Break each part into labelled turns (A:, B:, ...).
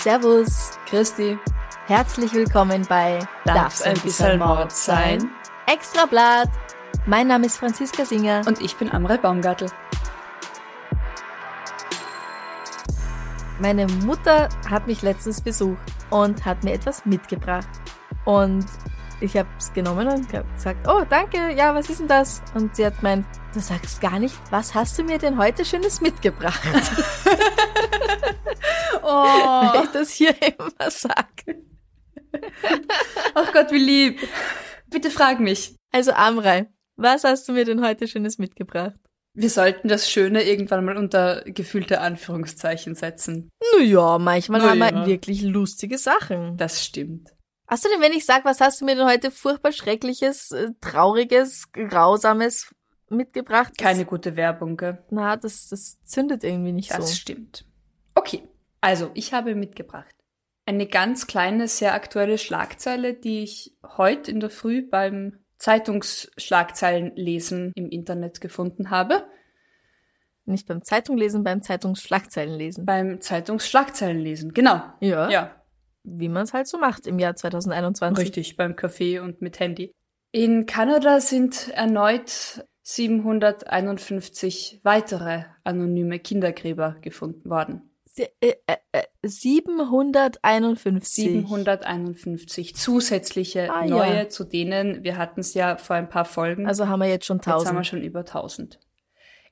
A: Servus,
B: Christi,
A: herzlich willkommen bei
B: darf's ein bisschen Mord sein?
A: Extra Blatt. Mein Name ist Franziska Singer
B: Und ich bin Amrei Baumgartel.
A: meine Mutter hat mich letztens besucht und hat mir etwas mitgebracht. Und ich habe es genommen und hab gesagt, oh danke, ja, was ist denn das? Und sie hat meint, du sagst gar nicht, was hast du mir denn heute Schönes mitgebracht, weil
B: Oh,
A: ich das hier immer sage.
B: ach Gott, wie lieb. Bitte frag mich.
A: Also Amrei, was hast du mir denn heute Schönes mitgebracht?
B: Wir sollten das Schöne irgendwann mal unter gefühlte Anführungszeichen setzen.
A: Naja, manchmal
B: Na
A: haben wir
B: ja.
A: wirklich lustige Sachen.
B: Das stimmt.
A: Außerdem, wenn ich sag, was hast du mir denn heute furchtbar schreckliches, äh, trauriges, grausames mitgebracht?
B: Keine gute Werbung, gell?
A: Das, na, das, das zündet irgendwie nicht
B: Das
A: so.
B: stimmt. Okay, also ich habe mitgebracht eine ganz kleine, sehr aktuelle Schlagzeile, die ich heute in der Früh beim Zeitungsschlagzeilenlesen im Internet gefunden habe.
A: Nicht beim Zeitunglesen, beim Zeitungsschlagzeilenlesen.
B: Beim Zeitungsschlagzeilenlesen, genau.
A: ja,
B: Ja,
A: wie man es halt so macht im Jahr 2021.
B: Richtig, beim Kaffee und mit Handy. In Kanada sind erneut 751 weitere anonyme Kindergräber gefunden worden.
A: Sie- äh, äh, äh, 751.
B: 751 zusätzliche
A: Ah, ja.
B: neue zu denen, wir hatten es ja vor ein paar Folgen,
A: Also haben wir jetzt schon
B: jetzt haben wir
A: 1000.
B: schon über 1000.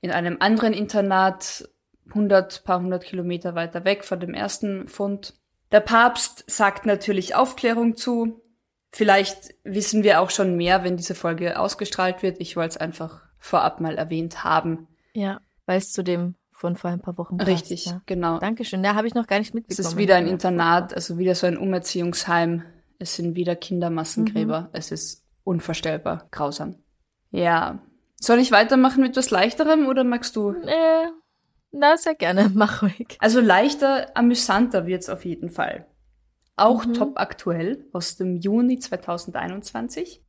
B: In einem anderen Internat, 100, paar hundert Kilometer weiter weg von dem ersten Fund. Der Papst sagt natürlich Aufklärung zu. Vielleicht wissen wir auch schon mehr, wenn diese Folge ausgestrahlt wird. Ich wollte es einfach vorab mal erwähnt haben.
A: Ja, weil es zu dem von vor ein paar Wochen passt,
B: Richtig,
A: Ja.
B: genau.
A: Dankeschön. Ja, habe ich noch gar nicht
B: Es
A: mitbekommen.
B: ist wieder ein
A: Ja.
B: Internat, also wieder so ein Umerziehungsheim. Es sind wieder Kindermassengräber. Es ist unvorstellbar grausam. Ja. Soll ich weitermachen mit was Leichterem oder magst du?
A: Äh, na, sehr gerne. Mach ruhig.
B: Also leichter, amüsanter wird's auf jeden Fall. Auch
A: Mhm.
B: top aktuell aus dem Juni 2021.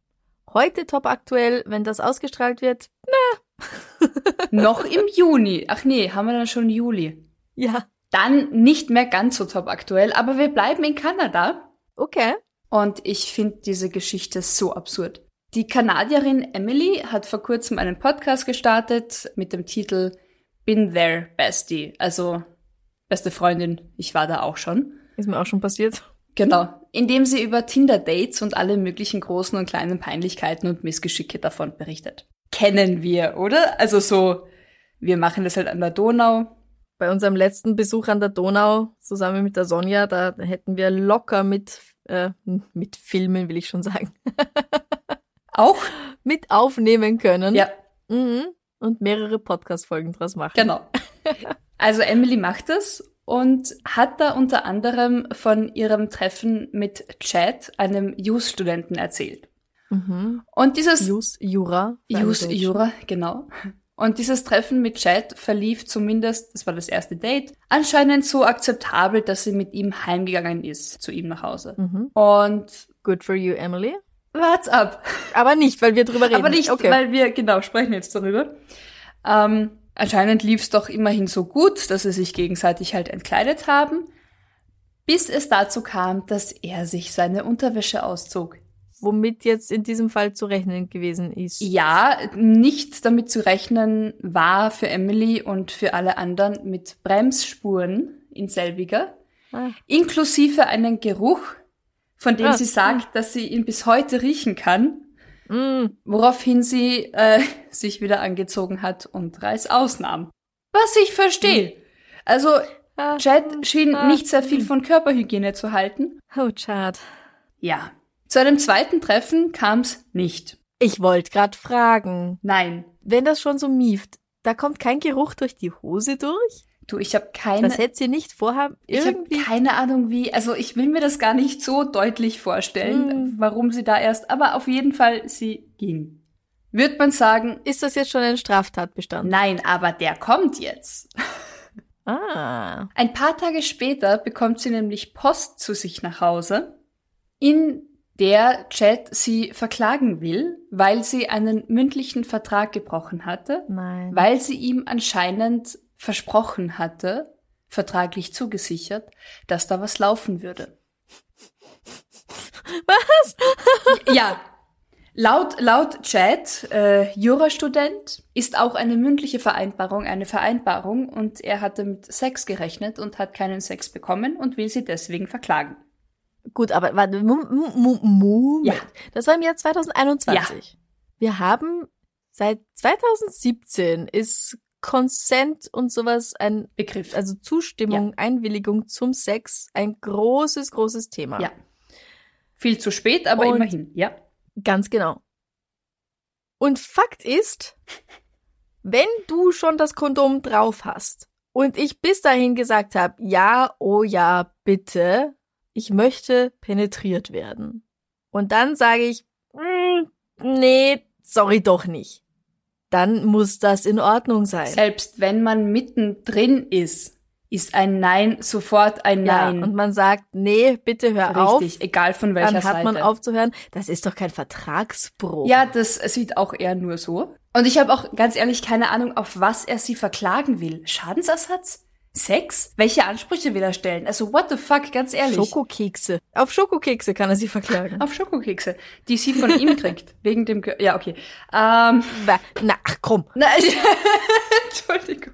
A: Heute top aktuell, wenn das ausgestrahlt wird.
B: Noch im Juni. Ach nee, haben wir dann schon Juli.
A: Ja.
B: Dann nicht mehr ganz so top aktuell, aber wir bleiben in Kanada.
A: Okay.
B: Und ich finde diese Geschichte so absurd. Die Kanadierin Emily hat vor kurzem einen Podcast gestartet mit dem Titel Been There, Bestie. Also, beste Freundin, ich war da auch schon.
A: Ist mir auch schon passiert.
B: Genau. Indem sie über Tinder-Dates und alle möglichen großen und kleinen Peinlichkeiten und Missgeschicke davon berichtet. Kennen wir, oder? Also so, wir machen das halt an der Donau.
A: Bei unserem letzten Besuch an der Donau zusammen mit der Sonja, da hätten wir locker mit, äh, mit Filmen, will ich schon sagen,
B: Auch?
A: mit aufnehmen können.
B: Ja,
A: Mhm. Und mehrere Podcast-Folgen draus machen.
B: genau. Also Emily macht das und hat da unter anderem von ihrem Treffen mit Chad, einem Jus-Studenten, erzählt.
A: Mhm.
B: Und dieses
A: Jus Jura. für alle
B: Jus
A: Deutschen.
B: Jura, genau. Und dieses Treffen mit Chad verlief zumindest, das war das erste Date, anscheinend so akzeptabel, dass sie mit ihm heimgegangen ist, zu ihm nach Hause.
A: Mhm.
B: Und
A: Good for you, Emily.
B: wart's ab.
A: Aber nicht, weil wir drüber reden.
B: Aber nicht,
A: okay.
B: weil wir, genau, sprechen jetzt darüber. Ähm, anscheinend lief's doch immerhin so gut, dass sie sich gegenseitig halt entkleidet haben, bis es dazu kam, dass er sich seine Unterwäsche auszog.
A: Womit jetzt in diesem Fall zu rechnen gewesen ist.
B: Ja, nicht damit zu rechnen war für Emily und für alle anderen mit Bremsspuren in selbiger,
A: Ah.
B: inklusive einen Geruch, von dem
A: Ah,
B: sie sagt, dass sie ihn bis heute riechen kann,
A: Mm.
B: woraufhin sie äh, sich wieder angezogen hat und Reis ausnahm. Was ich verstehe. Also,
A: Ah,
B: Chad schien
A: ah,
B: nicht sehr viel von Körperhygiene zu halten.
A: Oh, Chad.
B: Ja. Zu einem zweiten Treffen kam's nicht.
A: Ich wollte gerade fragen,
B: Nein.
A: wenn das schon so mieft, da kommt kein Geruch durch die Hose durch?
B: Du, ich habe keine,
A: Das hätte sie nicht vorher
B: ich hab
A: irgendwie...
B: keine Ahnung wie, also ich will mir das gar nicht so deutlich vorstellen, warum sie da erst, aber auf jeden Fall, sie ging. Wird man sagen,
A: Ist das jetzt schon ein Straftatbestand?
B: nein, aber der kommt jetzt.
A: Ah.
B: Ein paar Tage später bekommt sie nämlich Post zu sich nach Hause, in der Chad sie verklagen will, weil sie einen mündlichen Vertrag gebrochen hatte,
A: Nein.
B: weil sie ihm anscheinend versprochen hatte, vertraglich zugesichert, dass da was laufen würde.
A: Was?
B: Ja. Laut, laut Chad, äh, Jurastudent, ist auch eine mündliche Vereinbarung eine Vereinbarung und er hatte mit Sex gerechnet und hat keinen Sex bekommen und will sie deswegen verklagen.
A: Gut, aber warte, Mom- Mom- Mom- Moment. Das war im Jahr 2021. Wir haben seit 2017 ist Consent und sowas ein,
B: Begriff.
A: also Zustimmung, Einwilligung zum Sex ein großes, großes Thema.
B: ja. Viel zu spät, aber
A: Und-
B: immerhin, ja.
A: Ganz genau. Und Fakt ist, wenn du schon das Kondom drauf hast und ich bis dahin gesagt habe, ja, oh ja, bitte, ich möchte penetriert werden. Und dann sage ich, "Mm, nee, sorry doch nicht. Dann muss das in Ordnung sein.
B: Selbst wenn man mittendrin ist, ist ein Nein sofort ein
A: ja,
B: Nein.
A: und man sagt, nee, bitte hör auf.
B: Richtig, egal von welcher
A: Dann hat
B: Seite.
A: man aufzuhören. Das ist doch kein Vertragsbruch.
B: Ja, das sieht auch eher nur so. Und ich habe auch ganz ehrlich keine Ahnung, auf was er sie verklagen will. Schadensersatz? Sex? Welche Ansprüche will er stellen? Also what the fuck, ganz ehrlich.
A: Schokokekse. Auf Schokokekse kann er sie verklagen.
B: Auf Schokokekse, die sie von ihm kriegt. Wegen dem... Ge ja, okay. Ähm,
A: Ba- Na, ach komm.
B: nein, Entschuldigung.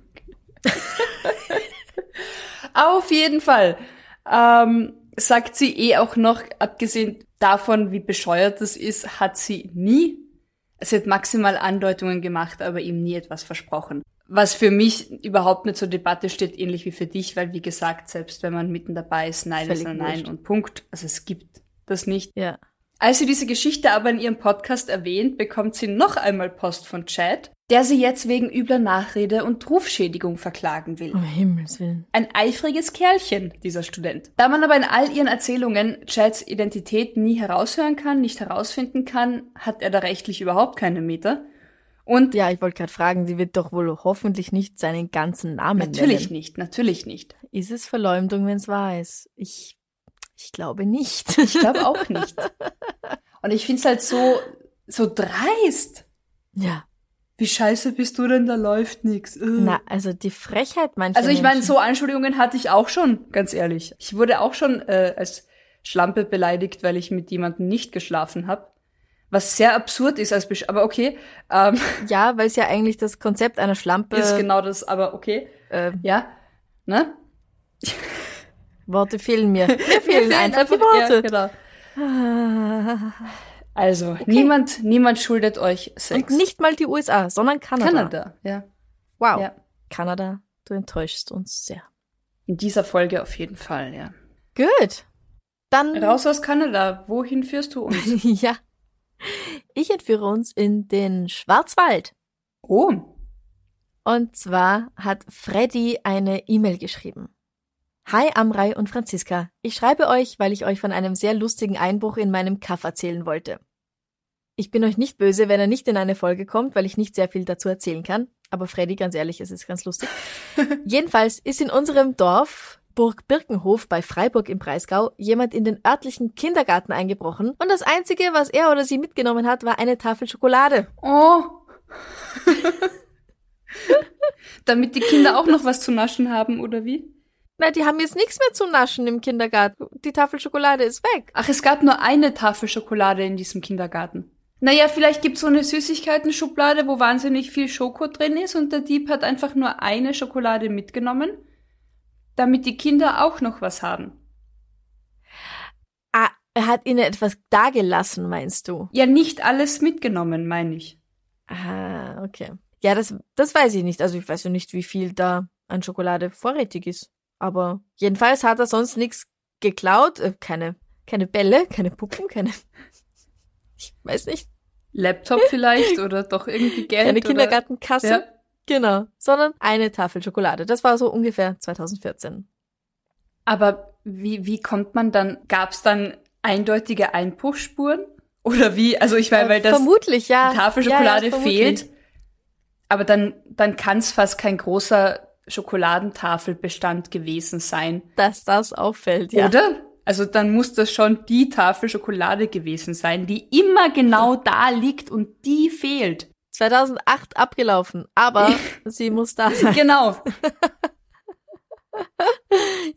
B: auf jeden Fall ähm, sagt sie eh auch noch, abgesehen davon, wie bescheuert das ist, hat sie nie, also sie hat maximal Andeutungen gemacht, aber ihm nie etwas versprochen. Was für mich überhaupt nicht zur Debatte steht, ähnlich wie für dich, weil wie gesagt, selbst wenn man mitten dabei ist, nein ist
A: Völlig
B: ein Nein
A: wurscht.
B: und Punkt. Also es gibt das nicht.
A: Ja.
B: Als sie Also diese Geschichte aber in ihrem Podcast erwähnt, bekommt sie noch einmal Post von Chad, der sie jetzt wegen übler Nachrede und Rufschädigung verklagen will.
A: Um Himmels Willen.
B: Ein eifriges Kerlchen, dieser Student. Da man aber in all ihren Erzählungen Chads Identität nie heraushören kann, nicht herausfinden kann, hat er da rechtlich überhaupt keine Meter. Und
A: Ja, ich wollte gerade fragen, sie wird doch wohl hoffentlich nicht seinen ganzen Namen
B: natürlich
A: nennen.
B: nicht, natürlich nicht.
A: Natürlich nicht. Ist es Verleumdung, wenn es wahr ist? Ich, ich glaube nicht.
B: Ich glaube auch nicht. Und ich finde es halt so, so dreist.
A: ja.
B: Wie scheiße bist du denn, da läuft nichts.
A: Na, also die Frechheit mancher
B: Also ich meine,
A: Menschen.
B: so Anschuldigungen hatte ich auch schon, ganz ehrlich. Ich wurde auch schon äh, als Schlampe beleidigt, weil ich mit jemandem nicht geschlafen habe. Was sehr absurd ist, als Besch aber okay, ähm,
A: Ja, weil es ja eigentlich das Konzept einer Schlampe
B: ist genau das, aber okay,
A: äh,
B: ja, ne?
A: Worte fehlen mir. Mir fehlen,
B: Mir fehlen
A: einfach, die
B: Ja,
A: Worte.
B: genau.
A: Ah.
B: Also, niemand, niemand schuldet euch Sex.
A: Und nicht mal die USA, sondern Kanada.
B: Kanada, ja.
A: Wow.
B: ja.
A: Kanada, du enttäuschst uns sehr.
B: In dieser Folge auf jeden Fall, ja.
A: Gut. Dann
B: Raus aus Kanada, wohin führst du uns?
A: ja. Ich entführe uns in den Schwarzwald.
B: Oh,
A: Und zwar hat Freddy eine E-Mail geschrieben. Hi Amrei und Franziska. Ich schreibe euch, weil ich euch von einem sehr lustigen Einbruch in meinem Kaff erzählen wollte. Ich bin euch nicht böse, wenn er nicht in eine Folge kommt, weil ich nicht sehr viel dazu erzählen kann. Aber Freddy, ganz ehrlich, es ist ganz lustig. Jedenfalls ist in unserem Dorf Burg Birkenhof bei Freiburg im Breisgau jemand in den örtlichen Kindergarten eingebrochen und das einzige, was er oder sie mitgenommen hat, war eine Tafel Schokolade.
B: Oh. Damit die Kinder auch noch was zu naschen haben, oder wie?
A: Na, die haben jetzt nichts mehr zu naschen im Kindergarten. Die Tafel Schokolade ist weg.
B: Ach, es gab nur eine Tafel Schokolade in diesem Kindergarten. Naja, vielleicht gibt's so eine Süßigkeiten-Schublade, wo wahnsinnig viel Schoko drin ist und der Dieb hat einfach nur eine Schokolade mitgenommen, damit die Kinder auch noch was haben.
A: Ah, er hat ihnen etwas dagelassen, meinst du?
B: Ja, nicht alles mitgenommen, meine ich.
A: Ah, okay. Ja, das, das weiß ich nicht. Also ich weiß ja nicht, wie viel da an Schokolade vorrätig ist. Aber jedenfalls hat er sonst nichts geklaut. Äh, keine, keine Bälle, keine Puppen, keine. Ich weiß nicht.
B: Laptop vielleicht oder doch irgendwie Geld.
A: Keine
B: oder-
A: Kindergartenkasse.
B: Ja.
A: Genau. Sondern eine Tafel Schokolade. Das war so ungefähr 2014.
B: Aber wie, wie kommt man dann? Gab es dann eindeutige Einbruchspuren? Oder wie? Also ich meine, weil das
A: vermutlich, ja.
B: die
A: Äh, Ah,
B: Tafel
A: Ja, ja,
B: Schokolade
A: vermutlich.
B: fehlt, aber dann, dann kann es fast kein großer Schokoladentafelbestand gewesen sein,
A: Dass das auffällt, ja.
B: oder? Also dann muss das schon die Tafel Schokolade gewesen sein, die immer genau da liegt und die fehlt.
A: 2008 abgelaufen, aber sie muss da sein.
B: Genau.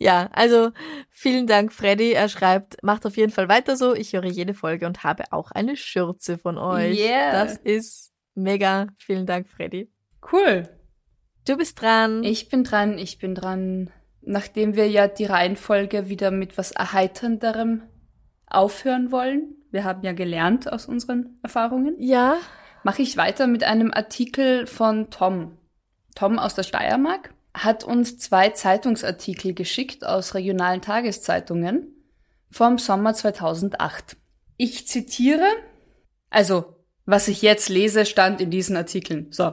A: Ja, also vielen Dank, Freddy. Er schreibt, macht auf jeden Fall weiter so. Ich höre jede Folge und habe auch eine Schürze von euch.
B: Yeah.
A: Das ist mega. Vielen Dank, Freddy.
B: Cool.
A: Du bist dran.
B: Ich bin dran, ich bin dran. Nachdem wir ja die Reihenfolge wieder mit was Erheiternderem aufhören wollen, wir haben ja gelernt aus unseren Erfahrungen,
A: ja,
B: mache ich weiter mit einem Artikel von Tom. Tom aus der Steiermark hat uns zwei Zeitungsartikel geschickt aus regionalen Tageszeitungen vom Sommer 2008. Ich zitiere, also, was ich jetzt lese, stand in diesen Artikeln. So.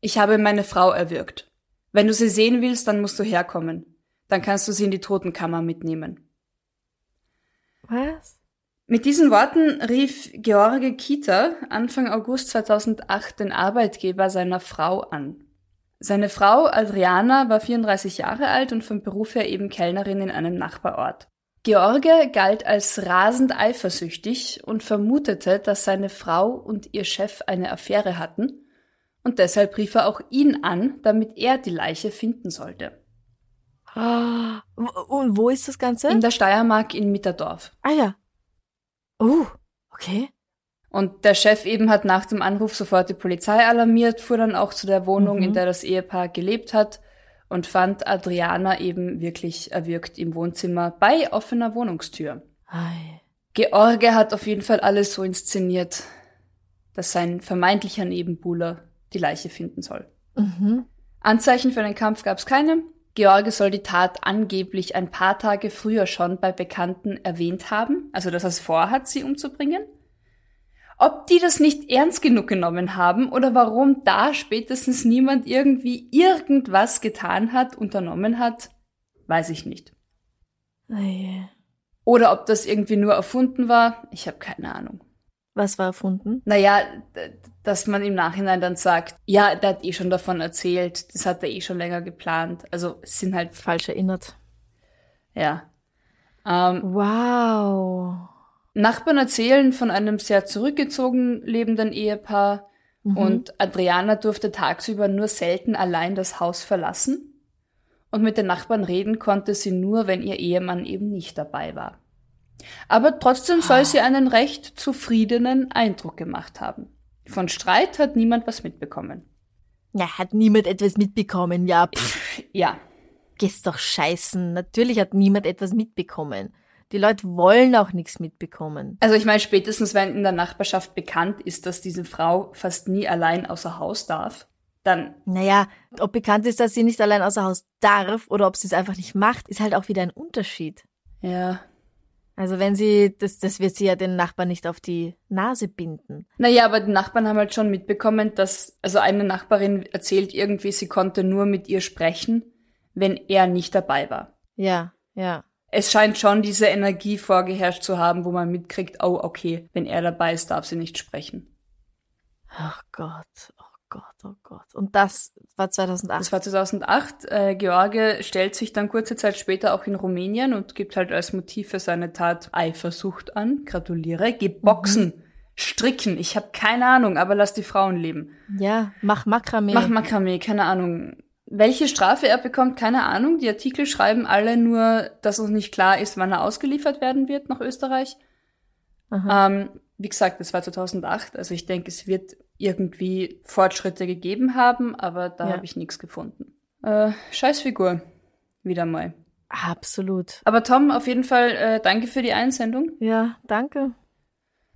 B: Ich habe meine Frau erwürgt. Wenn du sie sehen willst, dann musst du herkommen. Dann kannst du sie in die Totenkammer mitnehmen.
A: was?
B: Mit diesen Worten rief George Kita Anfang August 2008 den Arbeitgeber seiner Frau an. Seine Frau Adriana war 34 Jahre alt und vom Beruf her eben Kellnerin in einem Nachbarort. George galt als rasend eifersüchtig und vermutete, dass seine Frau und ihr Chef eine Affäre hatten, und deshalb rief er auch ihn an, damit er die Leiche finden sollte.
A: Ah, Und wo ist das Ganze?
B: In der Steiermark in Mitterdorf.
A: ah ja. Oh, okay.
B: Und der Chef eben hat nach dem Anruf sofort die Polizei alarmiert, fuhr dann auch zu der Wohnung,
A: Mhm.
B: in der das Ehepaar gelebt hat und fand Adriana eben wirklich erwürgt im Wohnzimmer bei offener Wohnungstür.
A: Ei.
B: George hat auf jeden Fall alles so inszeniert, dass sein vermeintlicher Nebenbuhler die Leiche finden soll.
A: Mhm.
B: Anzeichen für einen Kampf gab es keine. George soll die Tat angeblich ein paar Tage früher schon bei Bekannten erwähnt haben, also dass er es vorhat, sie umzubringen. Ob die das nicht ernst genug genommen haben oder warum da spätestens niemand irgendwie irgendwas getan hat, unternommen hat, weiß ich nicht.
A: Ei.
B: Oder ob das irgendwie nur erfunden war, ich habe keine Ahnung.
A: Was war erfunden?
B: Naja, d- dass man im Nachhinein dann sagt, ja, der hat eh schon davon erzählt, das hat er eh schon länger geplant. Also es sind halt
A: Falsch erinnert.
B: Ja. Ähm,
A: Wow.
B: Nachbarn erzählen von einem sehr zurückgezogen lebenden Ehepaar
A: Mhm.
B: und Adriana durfte tagsüber nur selten allein das Haus verlassen. Und mit den Nachbarn reden konnte sie nur, wenn ihr Ehemann eben nicht dabei war. Aber trotzdem soll sie einen recht zufriedenen Eindruck gemacht haben. Von Streit hat niemand was mitbekommen.
A: Na, hat niemand etwas mitbekommen, ja. Pff.
B: Äh. Ja,
A: Gehst doch scheißen. Natürlich hat niemand etwas mitbekommen. Die Leute wollen auch nichts mitbekommen.
B: Also ich meine, spätestens wenn in der Nachbarschaft bekannt ist, dass diese Frau fast nie allein außer Haus darf, dann
A: Naja, ob bekannt ist, dass sie nicht allein außer Haus darf oder ob sie es einfach nicht macht, ist halt auch wieder ein Unterschied.
B: ja.
A: Also wenn sie, das, das wird sie ja den Nachbarn nicht auf die Nase binden.
B: Naja, aber die Nachbarn haben halt schon mitbekommen, dass, also eine Nachbarin erzählt irgendwie, sie konnte nur mit ihr sprechen, wenn er nicht dabei war.
A: Ja, ja.
B: Es scheint schon diese Energie vorgeherrscht zu haben, wo man mitkriegt, oh, okay, wenn er dabei ist, darf sie nicht sprechen.
A: Ach Gott, oh Gott, oh Gott. Und das war 2008.
B: Das war 2008. Äh, George stellt sich dann kurze Zeit später auch in Rumänien und gibt halt als Motiv für seine Tat Eifersucht an. Gratuliere. Geh boxen, stricken. Ich habe keine Ahnung, aber lass die Frauen leben.
A: ja, mach Makramee.
B: Mach Makramee, keine Ahnung. Welche Strafe er bekommt, keine Ahnung. Die Artikel schreiben alle nur, dass uns nicht klar ist, wann er ausgeliefert werden wird nach Österreich.
A: Aha.
B: Ähm, wie gesagt, das war 2008. Also ich denke, es wird irgendwie Fortschritte gegeben haben, aber da
A: Ja.
B: habe ich nichts gefunden. Äh, Scheißfigur. Wieder mal.
A: Absolut.
B: Aber Tom, auf jeden Fall äh, danke für die Einsendung.
A: Ja, danke.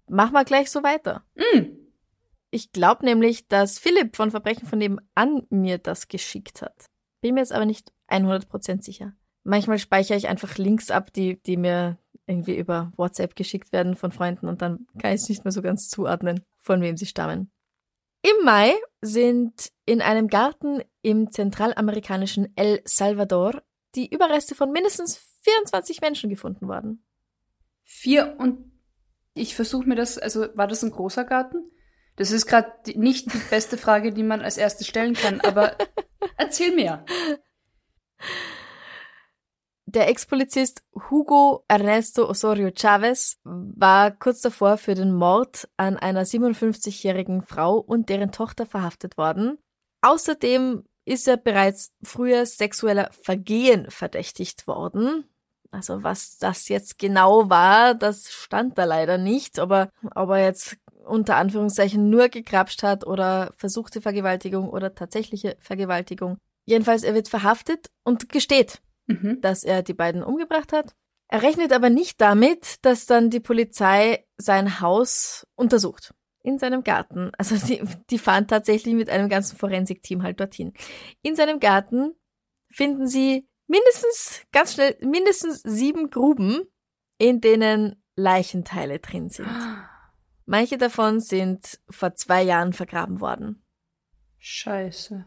A: Mach mal gleich so weiter. Ich glaube nämlich, dass Philipp von Verbrechen von nebenan mir das geschickt hat. Bin mir jetzt aber nicht 100% sicher. Manchmal speichere ich einfach Links ab, die, die mir irgendwie über WhatsApp geschickt werden von Freunden und dann kann ich es nicht mehr so ganz zuordnen, von wem sie stammen. Im Mai sind in einem Garten im zentralamerikanischen El Salvador die Überreste von mindestens 24 Menschen gefunden worden.
B: Vier und ich versuche mir das, also war das ein großer Garten? Das ist gerade nicht die beste Frage, die man als erste stellen kann, aber erzähl mir.
A: Der Ex-Polizist Hugo Ernesto Osorio Chavez war kurz davor für den Mord an einer 57-jährigen Frau und deren Tochter verhaftet worden. Außerdem ist er bereits früher sexueller Vergehen verdächtigt worden. Also was das jetzt genau war, das stand da leider nicht. Aber ob er jetzt unter Anführungszeichen nur gekrapscht hat oder versuchte Vergewaltigung oder tatsächliche Vergewaltigung. Jedenfalls, er wird verhaftet und gesteht,
B: Mhm.
A: dass er die beiden umgebracht hat. Er rechnet aber nicht damit, dass dann die Polizei sein Haus untersucht. In seinem Garten. Also die, die fahren tatsächlich mit einem ganzen Forensikteam halt dorthin. In seinem Garten finden sie mindestens, ganz schnell, mindestens sieben Gruben, in denen Leichenteile drin sind. Manche davon sind vor zwei Jahren vergraben worden.
B: Scheiße.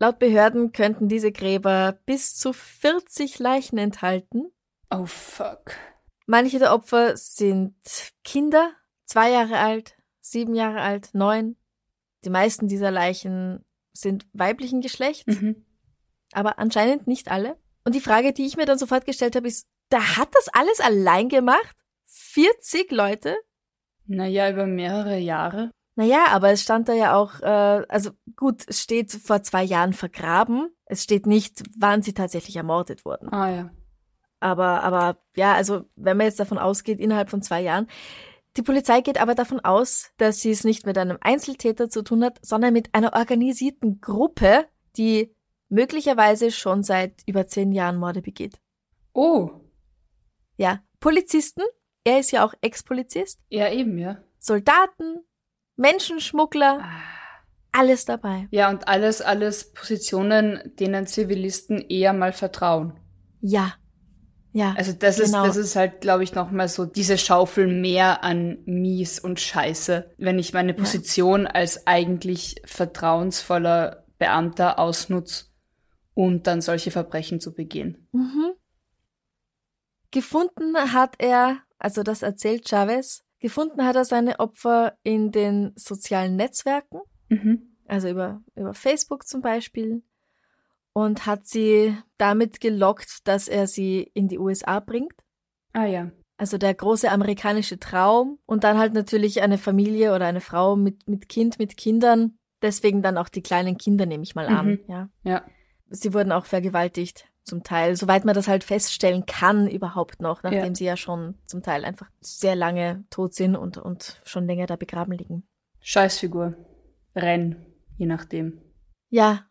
A: Laut Behörden könnten diese Gräber bis zu 40 Leichen enthalten.
B: Oh fuck.
A: Manche der Opfer sind Kinder, zwei Jahre alt, sieben Jahre alt, neun. Die meisten dieser Leichen sind weiblichen Geschlechts,
B: Mhm.
A: aber anscheinend nicht alle. Und die Frage, die ich mir dann sofort gestellt habe, ist, da hat das alles allein gemacht? 40 Leute?
B: Naja, über mehrere Jahre.
A: Naja, aber es stand da ja auch, äh, also gut, es steht vor zwei Jahren vergraben. Es steht nicht, wann sie tatsächlich ermordet wurden.
B: Ah ja.
A: Aber, aber ja, also wenn man jetzt davon ausgeht, innerhalb von zwei Jahren. Die Polizei geht aber davon aus, dass sie es nicht mit einem Einzeltäter zu tun hat, sondern mit einer organisierten Gruppe, die möglicherweise schon seit über zehn Jahren Morde begeht.
B: Oh.
A: Ja, Polizisten, er ist ja auch Ex-Polizist,
B: Ja, eben, ja.
A: Soldaten, Menschenschmuggler, alles dabei.
B: Ja, und alles, alles Positionen, denen Zivilisten eher mal vertrauen.
A: Ja. Ja.
B: Also das
A: Genau.
B: ist, das ist halt, glaube ich, nochmal so diese Schaufel mehr an mies und Scheiße, wenn ich meine Position als eigentlich vertrauensvoller Beamter ausnutze, um dann solche Verbrechen zu begehen.
A: mhm. Gefunden hat er, also das erzählt Chavez, gefunden hat er seine Opfer in den sozialen Netzwerken,
B: Mhm.
A: also über, über Facebook zum Beispiel, und hat sie damit gelockt, dass er sie in die USA bringt.
B: Ah ja.
A: Also der große amerikanische Traum und dann halt natürlich eine Familie oder eine Frau mit, mit Kind, mit Kindern. Deswegen dann auch die kleinen Kinder, nehme ich mal an.
B: Mhm.
A: Ja.
B: Ja.
A: sie wurden auch vergewaltigt zum Teil, soweit man das halt feststellen kann überhaupt noch, nachdem
B: Ja.
A: sie ja schon zum Teil einfach sehr lange tot sind und, und schon länger da begraben liegen.
B: Scheißfigur. Renn, je nachdem.
A: Ja,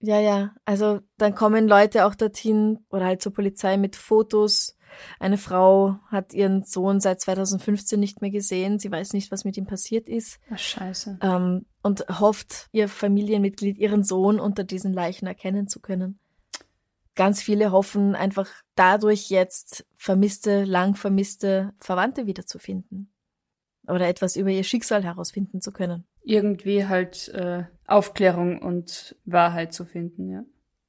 A: ja, ja. Also dann kommen Leute auch dorthin oder halt zur Polizei mit Fotos. Eine Frau hat ihren Sohn seit 2015 nicht mehr gesehen. Sie weiß nicht, was mit ihm passiert ist
B: Ach, scheiße.
A: ähm, und hofft, ihr Familienmitglied, ihren Sohn unter diesen Leichen erkennen zu können. Ganz viele hoffen einfach dadurch jetzt vermisste, lang vermisste Verwandte wiederzufinden oder etwas über ihr Schicksal herausfinden zu können.
B: Irgendwie halt äh, Aufklärung und Wahrheit zu finden, ja.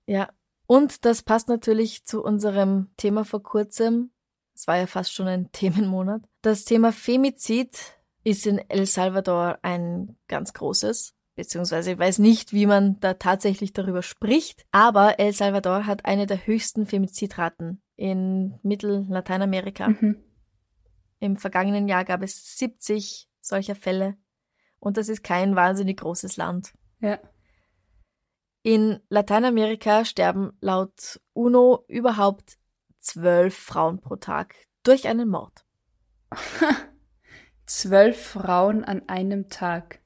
A: Ja. Und das passt natürlich zu unserem Thema vor kurzem. Es war ja fast schon ein Themenmonat. Das Thema Femizid ist in El Salvador ein ganz großes. Beziehungsweise ich weiß nicht, wie man da tatsächlich darüber spricht. Aber El Salvador hat eine der höchsten Femizidraten in Mittel-Lateinamerika.
B: Mhm.
A: Im vergangenen Jahr gab es 70 solcher Fälle. Und das ist kein wahnsinnig großes Land.
B: Ja.
A: In Lateinamerika sterben laut UNO überhaupt zwölf Frauen pro Tag durch einen Mord.
B: Zwölf Frauen an einem Tag.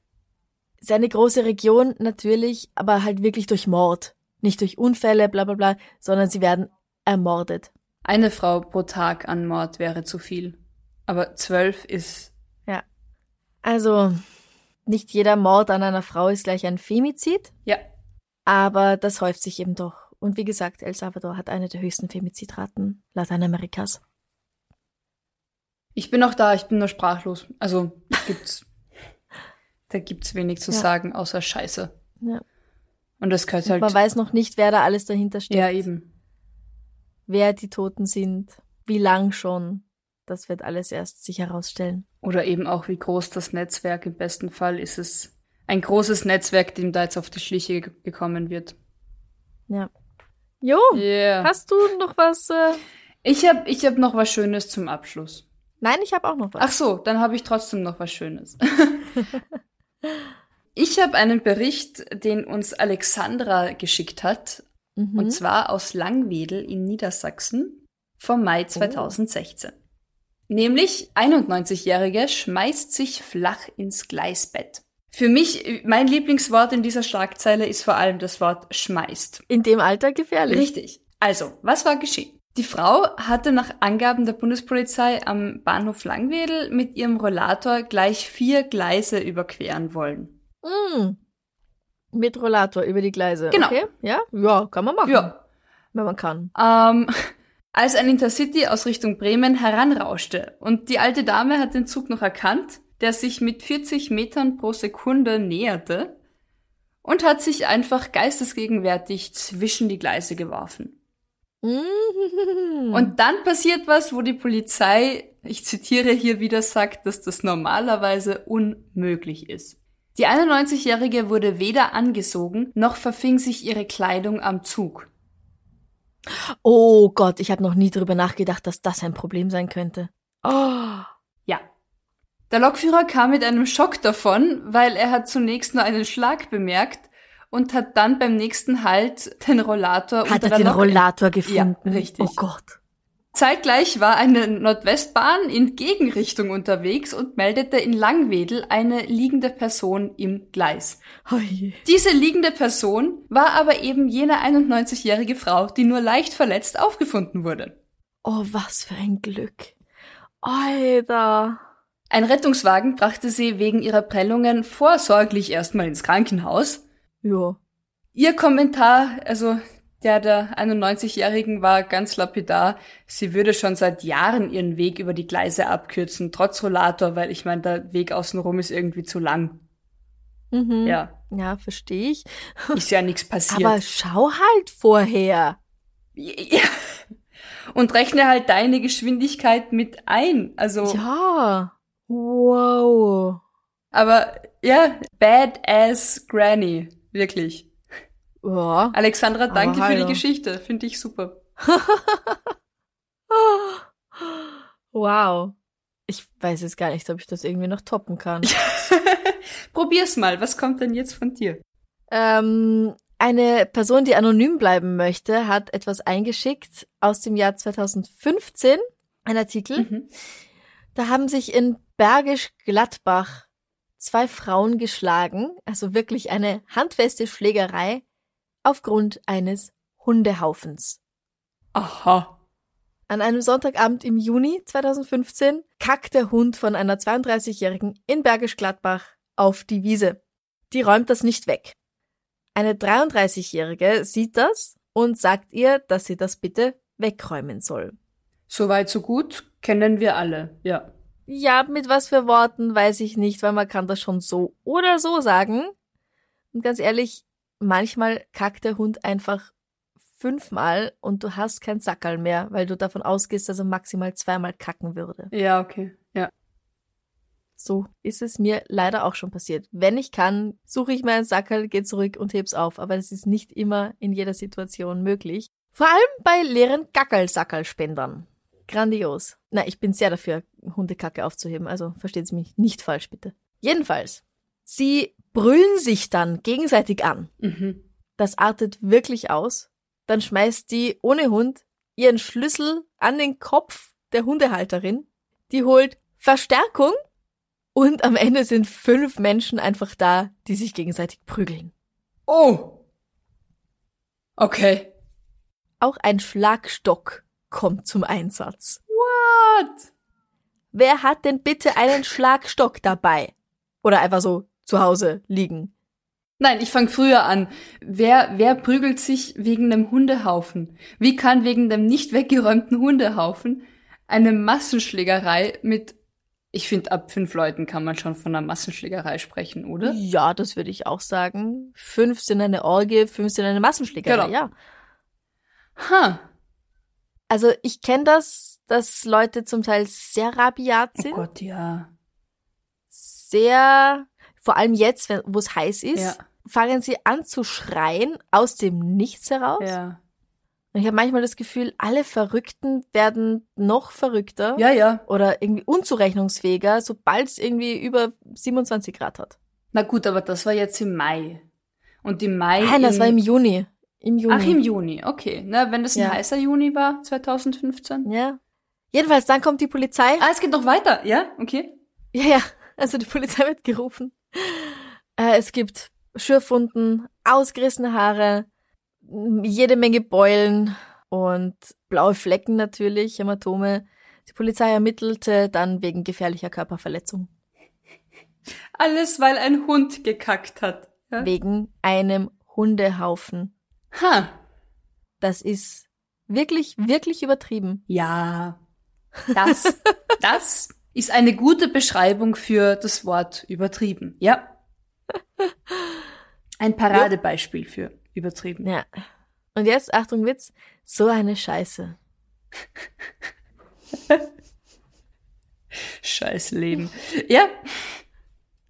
A: Ist eine große Region natürlich, aber halt wirklich durch Mord. Nicht durch Unfälle, bla bla bla, sondern sie werden ermordet.
B: Eine Frau pro Tag an Mord wäre zu viel. Aber zwölf ist.
A: Also, nicht jeder Mord an einer Frau ist gleich ein Femizid,
B: Ja,
A: aber das häuft sich eben doch. Und wie gesagt, El Salvador hat eine der höchsten Femizidraten Lateinamerikas.
B: ich bin auch da, ich bin nur sprachlos. Also gibt's, da gibt's wenig zu
A: Ja.
B: sagen, außer Scheiße.
A: Ja.
B: Und das gehört halt.
A: Man weiß noch nicht, wer da alles dahinter steht,
B: ja, eben.
A: wer die Toten sind, wie lang schon. Das wird alles erst sich herausstellen.
B: Oder eben auch, wie groß das Netzwerk im besten Fall ist es. Ein großes Netzwerk, dem da jetzt auf die Schliche ge- gekommen wird.
A: Ja. Jo,
B: Yeah.
A: hast du noch was? Äh?
B: Ich hab, ich hab noch was Schönes zum Abschluss.
A: Nein, ich habe auch noch was.
B: Ach so, dann habe ich trotzdem noch was Schönes. ich habe einen Bericht, den uns Alexandra geschickt hat,
A: Mhm.
B: und zwar aus Langwedel in Niedersachsen vom Mai 2016. Nämlich 91-Jährige schmeißt sich flach ins Gleisbett. Für mich, äh, mein Lieblingswort in dieser Schlagzeile ist vor allem das Wort schmeißt.
A: In dem Alter gefährlich.
B: Richtig. Also, was war geschehen? Die Frau hatte nach Angaben der Bundespolizei am Bahnhof Langwedel mit ihrem Rollator gleich vier Gleise überqueren wollen.
A: Mm. Mit Rollator über die Gleise.
B: Genau.
A: Okay? Ja? ja, kann man machen.
B: Ja,
A: Wenn man kann.
B: Ähm, als ein Intercity aus Richtung Bremen heranrauschte und die alte Dame hat den Zug noch erkannt, der sich mit 40 Metern pro Sekunde näherte und hat sich einfach geistesgegenwärtig zwischen die Gleise geworfen.
A: Mhm.
B: Und dann passiert was, wo die Polizei, ich zitiere hier wieder, sagt, dass das normalerweise unmöglich ist. Die 91-Jährige wurde weder angesogen, noch verfing sich ihre Kleidung am Zug.
A: oh Gott, ich habe noch nie drüber nachgedacht, dass das ein Problem sein könnte. Oh.
B: Ja. Der Lokführer kam mit einem Schock davon, weil er hat zunächst nur einen Schlag bemerkt und hat dann beim nächsten Halt den Rollator
A: Hat
B: unter
A: er
B: der
A: den
B: Lok-
A: Rollator gefunden?
B: Ja, richtig.
A: Oh Gott.
B: Zeitgleich war eine Nordwestbahn in Gegenrichtung unterwegs und meldete in Langwedel eine liegende Person im Gleis.
A: Oh je.
B: Diese liegende Person war aber eben jene 91-jährige Frau, die nur leicht verletzt aufgefunden wurde.
A: Oh, was für ein Glück. Alter.
B: Ein Rettungswagen brachte sie wegen ihrer Prellungen vorsorglich erstmal ins Krankenhaus,
A: Ja.
B: Ihr Kommentar, also der der 91-Jährigen war ganz lapidar, sie würde schon seit Jahren ihren Weg über die Gleise abkürzen, trotz Rollator, weil ich meine, der Weg außenrum ist irgendwie zu lang.
A: Mhm.
B: Ja,
A: Ja, verstehe ich.
B: ist ja nichts passiert.
A: Aber schau halt vorher.
B: ja. Und rechne halt deine Geschwindigkeit mit ein. Also,
A: Ja. Wow.
B: aber ja, badass Granny, wirklich.
A: Ja.
B: Alexandra,
A: Aber
B: danke für
A: hallo.
B: die Geschichte, finde ich super. Also
A: Wow. Ich weiß jetzt gar nicht, ob ich das irgendwie noch toppen kann.
B: Probier's mal, was kommt denn jetzt von dir?
A: Ähm, eine Person, die anonym bleiben möchte, hat etwas eingeschickt aus dem Jahr 2015. Ein Artikel.
B: Mhm.
A: Da haben sich in Bergisch Gladbach zwei Frauen geschlagen, also wirklich eine handfeste Schlägerei aufgrund eines Hundehaufens.
B: Aha.
A: An einem Sonntagabend im Juni 2015 kackt der Hund von einer 32-Jährigen in Bergisch Gladbach auf die Wiese. Die räumt das nicht weg. Eine 33-Jährige sieht das und sagt ihr, dass sie das bitte wegräumen soll.
B: Soweit, so gut, kennen wir alle, ja.
A: Ja, mit was für Worten weiß ich nicht, weil man kann das schon so oder so sagen. Und ganz ehrlich, manchmal kackt der Hund einfach fünfmal und du hast kein Sackerl mehr, weil du davon ausgehst, dass er maximal zweimal kacken würde.
B: Ja, okay. Ja.
A: So ist es mir leider auch schon passiert. Wenn ich kann, suche ich mir einen Sackerl, gehe zurück und heb's auf. Aber das ist nicht immer in jeder Situation möglich. Vor allem bei leeren Gackerl-Sackerl-Spendern. Grandios. Na, ich bin sehr dafür, Hundekacke aufzuheben. Also versteht's mich nicht falsch, bitte. Jedenfalls, sie brüllen sich dann gegenseitig an.
B: Mhm.
A: Das artet wirklich aus. Dann schmeißt die ohne Hund ihren Schlüssel an den Kopf der Hundehalterin. Die holt Verstärkung und am Ende sind fünf Menschen einfach da, die sich gegenseitig prügeln.
B: Oh! Okay.
A: Auch ein Schlagstock kommt zum Einsatz.
B: What?
A: Wer hat denn bitte einen Schlagstock dabei? Oder einfach so zu Hause liegen.
B: Nein, ich fange früher an. Wer, wer prügelt sich wegen einem Hundehaufen? Wie kann wegen dem nicht weggeräumten Hundehaufen eine Massenschlägerei mit, ich finde, ab fünf Leuten kann man schon von einer Massenschlägerei sprechen, oder?
A: Ja, das würde ich auch sagen. Fünf sind eine Orgie, fünf sind eine Massenschlägerei,
B: Genau.
A: ja.
B: Ha,
A: Also ich kenne das, dass Leute zum Teil sehr rabiat
B: oh
A: sind,
B: Gott, ja.
A: sehr, vor allem jetzt, wenn- wo es heiß ist,
B: Ja,
A: fangen sie an zu schreien aus dem Nichts heraus.
B: ja.
A: Und ich habe manchmal das Gefühl, alle Verrückten werden noch verrückter
B: Ja, ja.
A: oder irgendwie unzurechnungsfähiger, sobald es irgendwie über 27 Grad hat.
B: Na gut, aber das war jetzt im Mai. Und im Mai.
A: Nein, das war im Juni. Im Juni.
B: Ach, im Juni, okay. Na, wenn das ein
A: Ja.
B: heißer Juni war, 2015.
A: Ja. Jedenfalls, dann kommt die Polizei.
B: Ah, es geht noch weiter, ja? Okay.
A: Ja, ja. Also die Polizei wird gerufen. Äh, es gibt Schürfwunden, ausgerissene Haare, m, jede Menge Beulen und blaue Flecken natürlich, Hämatome. Die Polizei ermittelte dann wegen gefährlicher Körperverletzung.
B: Alles, weil ein Hund gekackt hat. Ja?
A: Wegen einem Hundehaufen.
B: Ha.
A: Das ist wirklich, wirklich übertrieben.
B: Ja. Das, das ist eine gute Beschreibung für das Wort übertrieben. Ja. Ein Paradebeispiel für übertrieben.
A: Ja. Und jetzt, Achtung Witz, so eine Scheiße.
B: Scheiß Leben. Ja,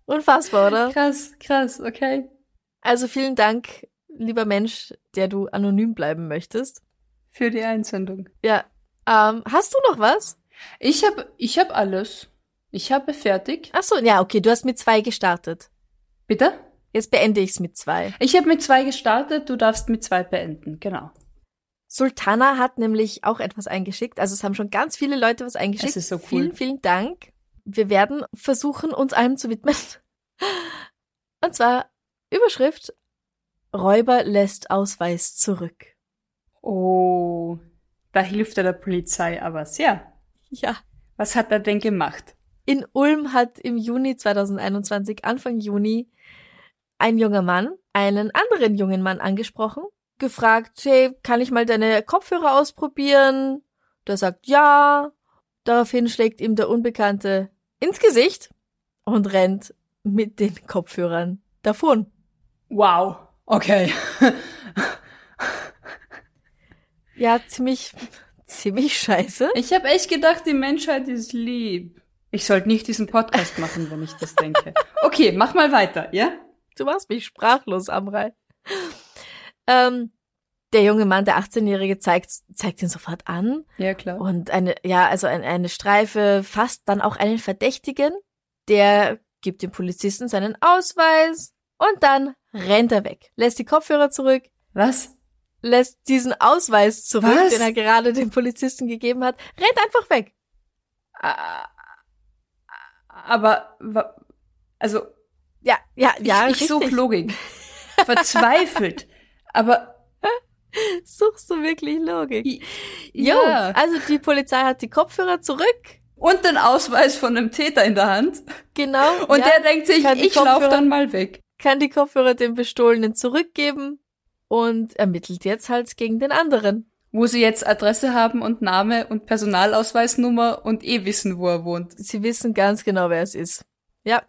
A: Unfassbar, oder?
B: krass, krass, okay.
A: Also vielen Dank, lieber Mensch, der du anonym bleiben möchtest.
B: Für die Einsendung.
A: Ja. Ähm, hast du noch was?
B: Ich habe ich hab alles. Ich habe fertig.
A: Ach so, ja, okay, du hast mit zwei gestartet.
B: Bitte?
A: Jetzt beende ich's mit zwei.
B: Ich habe mit zwei gestartet, du darfst mit zwei beenden, genau.
A: Sultana hat nämlich auch etwas eingeschickt. Also es haben schon ganz viele Leute was eingeschickt.
B: Es ist so cool.
A: Vielen, vielen Dank. Wir werden versuchen, uns allem zu widmen. Und zwar Überschrift Räuber lässt Ausweis zurück.
B: Oh, da hilft er der Polizei aber sehr.
A: Ja.
B: Was hat er denn gemacht?
A: In Ulm hat im Juni 2021, Anfang Juni, ein junger Mann einen anderen jungen Mann angesprochen, gefragt, hey, kann ich mal deine Kopfhörer ausprobieren? Der sagt ja. Daraufhin schlägt ihm der Unbekannte ins Gesicht und rennt mit den Kopfhörern davon.
B: Wow, okay.
A: Ja, ziemlich, ziemlich scheiße.
B: Ich habe echt gedacht, die Menschheit ist lieb. Ich sollte nicht diesen Podcast machen, wenn ich das denke. Okay, mach mal weiter, ja?
A: Du machst mich sprachlos, Amrei. Ähm, der junge Mann, der 18-Jährige, zeigt, zeigt ihn sofort an
B: Ja, klar.
A: Und eine, ja, also ein, eine Streife fasst dann auch einen Verdächtigen, der gibt dem Polizisten seinen Ausweis und dann rennt er weg, lässt die Kopfhörer zurück,
B: Was?
A: lässt diesen Ausweis zurück,
B: Was?
A: den er gerade dem Polizisten gegeben hat, rennt einfach weg.
B: Ah, Aber, wa- also,
A: Ja, ja, ja,
B: ich, ich suche
A: richtig.
B: Logik. Verzweifelt. Aber,
A: Suchst du wirklich Logik?
B: i-
A: Jo,
B: ja.
A: also die Polizei hat die Kopfhörer zurück,
B: und den Ausweis von einem Täter in der Hand.
A: genau.
B: Und
A: ja.
B: der denkt sich,
A: kann die
B: ich laufe
A: Kopfhörer-
B: dann mal weg.
A: kann die Kopfhörer dem Bestohlenen zurückgeben und ermittelt jetzt halt gegen den anderen.
B: Wo sie jetzt Adresse haben und Name und Personalausweisnummer und eh wissen, wo er wohnt.
A: Sie wissen ganz genau, wer es ist. Ja,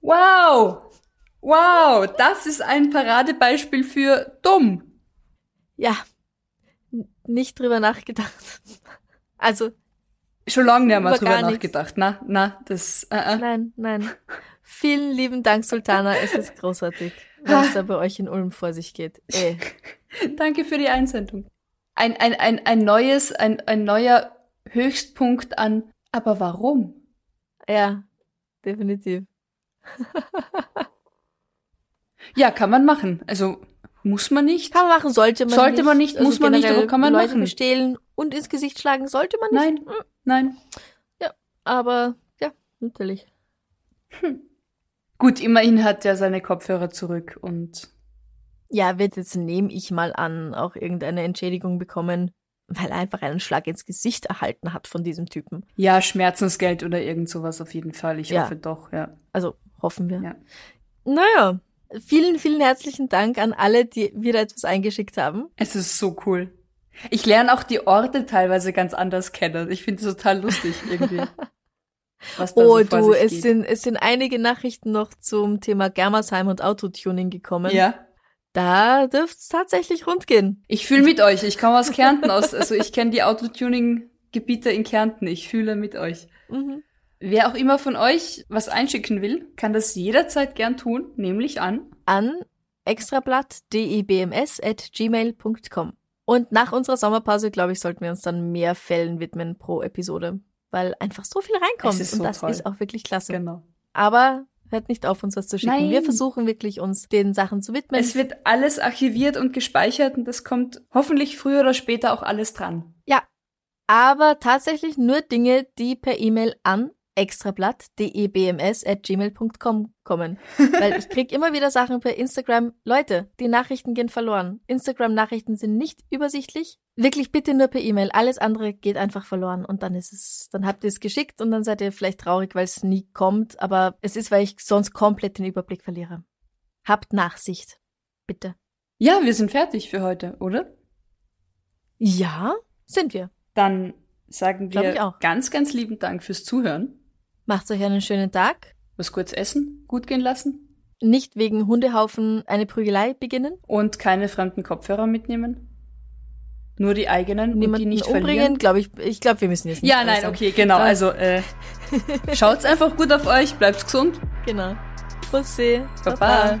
B: Wow! Wow! Das ist ein Paradebeispiel für dumm.
A: ja. N- Nicht drüber nachgedacht. Also,
B: Schon lange nicht mehr
A: Über
B: drüber
A: gar nichts.
B: nachgedacht. Na, na, das, äh, äh.
A: nein, nein. Vielen lieben Dank, Sultana. Es ist großartig, was da bei euch in Ulm vor sich geht. Eh. Ey.
B: Danke für die Einsendung. Ein, ein, ein, ein neues, ein, ein neuer Höchstpunkt an, aber warum?
A: Ja, definitiv.
B: Ja, kann man machen. Also, muss man nicht.
A: Kann man machen, sollte man
B: Sollte
A: nicht. Also
B: man nicht, muss man nicht,
A: generell
B: aber kann man
A: Leute
B: machen.
A: bestehlen und ins Gesicht schlagen sollte man nicht. Hm.
B: Nein, nein.
A: Aber, ja, natürlich.
B: Gut, immerhin hat er seine Kopfhörer zurück und
A: Ja, wird jetzt, nehme ich mal an, auch irgendeine Entschädigung bekommen. weil er einfach einen Schlag ins Gesicht erhalten hat von diesem Typen.
B: Ja, Schmerzensgeld oder irgend sowas auf jeden Fall. Ich
A: Ja.
B: hoffe doch, ja.
A: Also hoffen wir.
B: Ja.
A: Naja, vielen, vielen herzlichen Dank an alle, die wieder etwas eingeschickt haben.
B: Es ist so cool. Ich lerne auch die Orte teilweise ganz anders kennen. Ich finde es total lustig irgendwie. Was da
A: Oh
B: so vor
A: du,
B: sich
A: es
B: geht.
A: sind, es sind einige Nachrichten noch zum Thema Germersheim und Autotuning gekommen.
B: Ja.
A: Da dürft's tatsächlich rund gehen.
B: Ich fühle mit euch. Ich komme aus Kärnten aus. Also ich kenne die Autotuning-Gebiete in Kärnten. Ich fühle mit euch.
A: Mhm.
B: Wer auch immer von euch was einschicken will, kann das jederzeit gern tun, nämlich an.
A: An extrablatt.debms.gmail.com. Und nach unserer Sommerpause, glaube ich, sollten wir uns dann mehr Fällen widmen pro Episode, weil einfach so viel reinkommt.
B: Es ist
A: und
B: so
A: das
B: toll.
A: ist auch wirklich klasse.
B: Genau.
A: Aber hört nicht auf, uns was zu schicken.
B: Nein.
A: Wir versuchen wirklich, uns den Sachen zu widmen.
B: Es wird alles archiviert und gespeichert und das kommt hoffentlich früher oder später auch alles dran.
A: aber tatsächlich nur Dinge, die per E-Mail an extrablatt.debms.gmail.com kommen. Weil ich krieg immer wieder Sachen per Instagram. Leute, die Nachrichten gehen verloren. Instagram-Nachrichten sind nicht übersichtlich. Wirklich bitte nur per E-Mail. Alles andere geht einfach verloren. Und dann ist es, dann habt ihr es geschickt und dann seid ihr vielleicht traurig, weil es nie kommt. Aber es ist, weil ich sonst komplett den Überblick verliere. Habt Nachsicht. Bitte.
B: Ja, wir sind fertig für heute, oder?
A: Ja, sind wir.
B: Dann sagen
A: Glaub ich
B: wir
A: auch.
B: ganz, ganz lieben Dank fürs Zuhören.
A: Macht euch einen schönen Tag.
B: Was kurz essen, gut gehen lassen
A: Nicht wegen Hundehaufen eine Prügelei beginnen.
B: und keine fremden Kopfhörer mitnehmen. Nur die eigenen und die
A: Niemanden
B: nicht
A: umbringen,
B: verlieren.
A: glaube ich. Ich glaube, wir müssen jetzt nicht
B: Ja,
A: alles
B: nein,
A: sagen.
B: okay, genau.
A: Ja.
B: Also äh, schaut's einfach gut auf euch, bleibt's gesund.
A: Genau. Bussi.
B: Baba.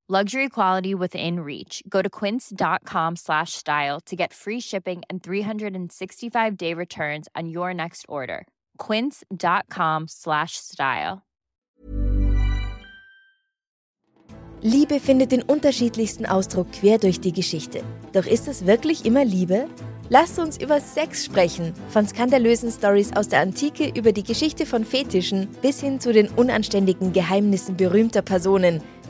C: Luxury quality within reach. Go to quince.com slash style to get free shipping and 365 day returns on your next order. Quince.com slash style.
D: Liebe findet den unterschiedlichsten Ausdruck quer durch die Geschichte. Doch ist es wirklich immer Liebe? Lasst uns über Sex sprechen, von skandalösen Stories aus der Antike über die Geschichte von Fetischen bis hin zu den unanständigen Geheimnissen berühmter Personen.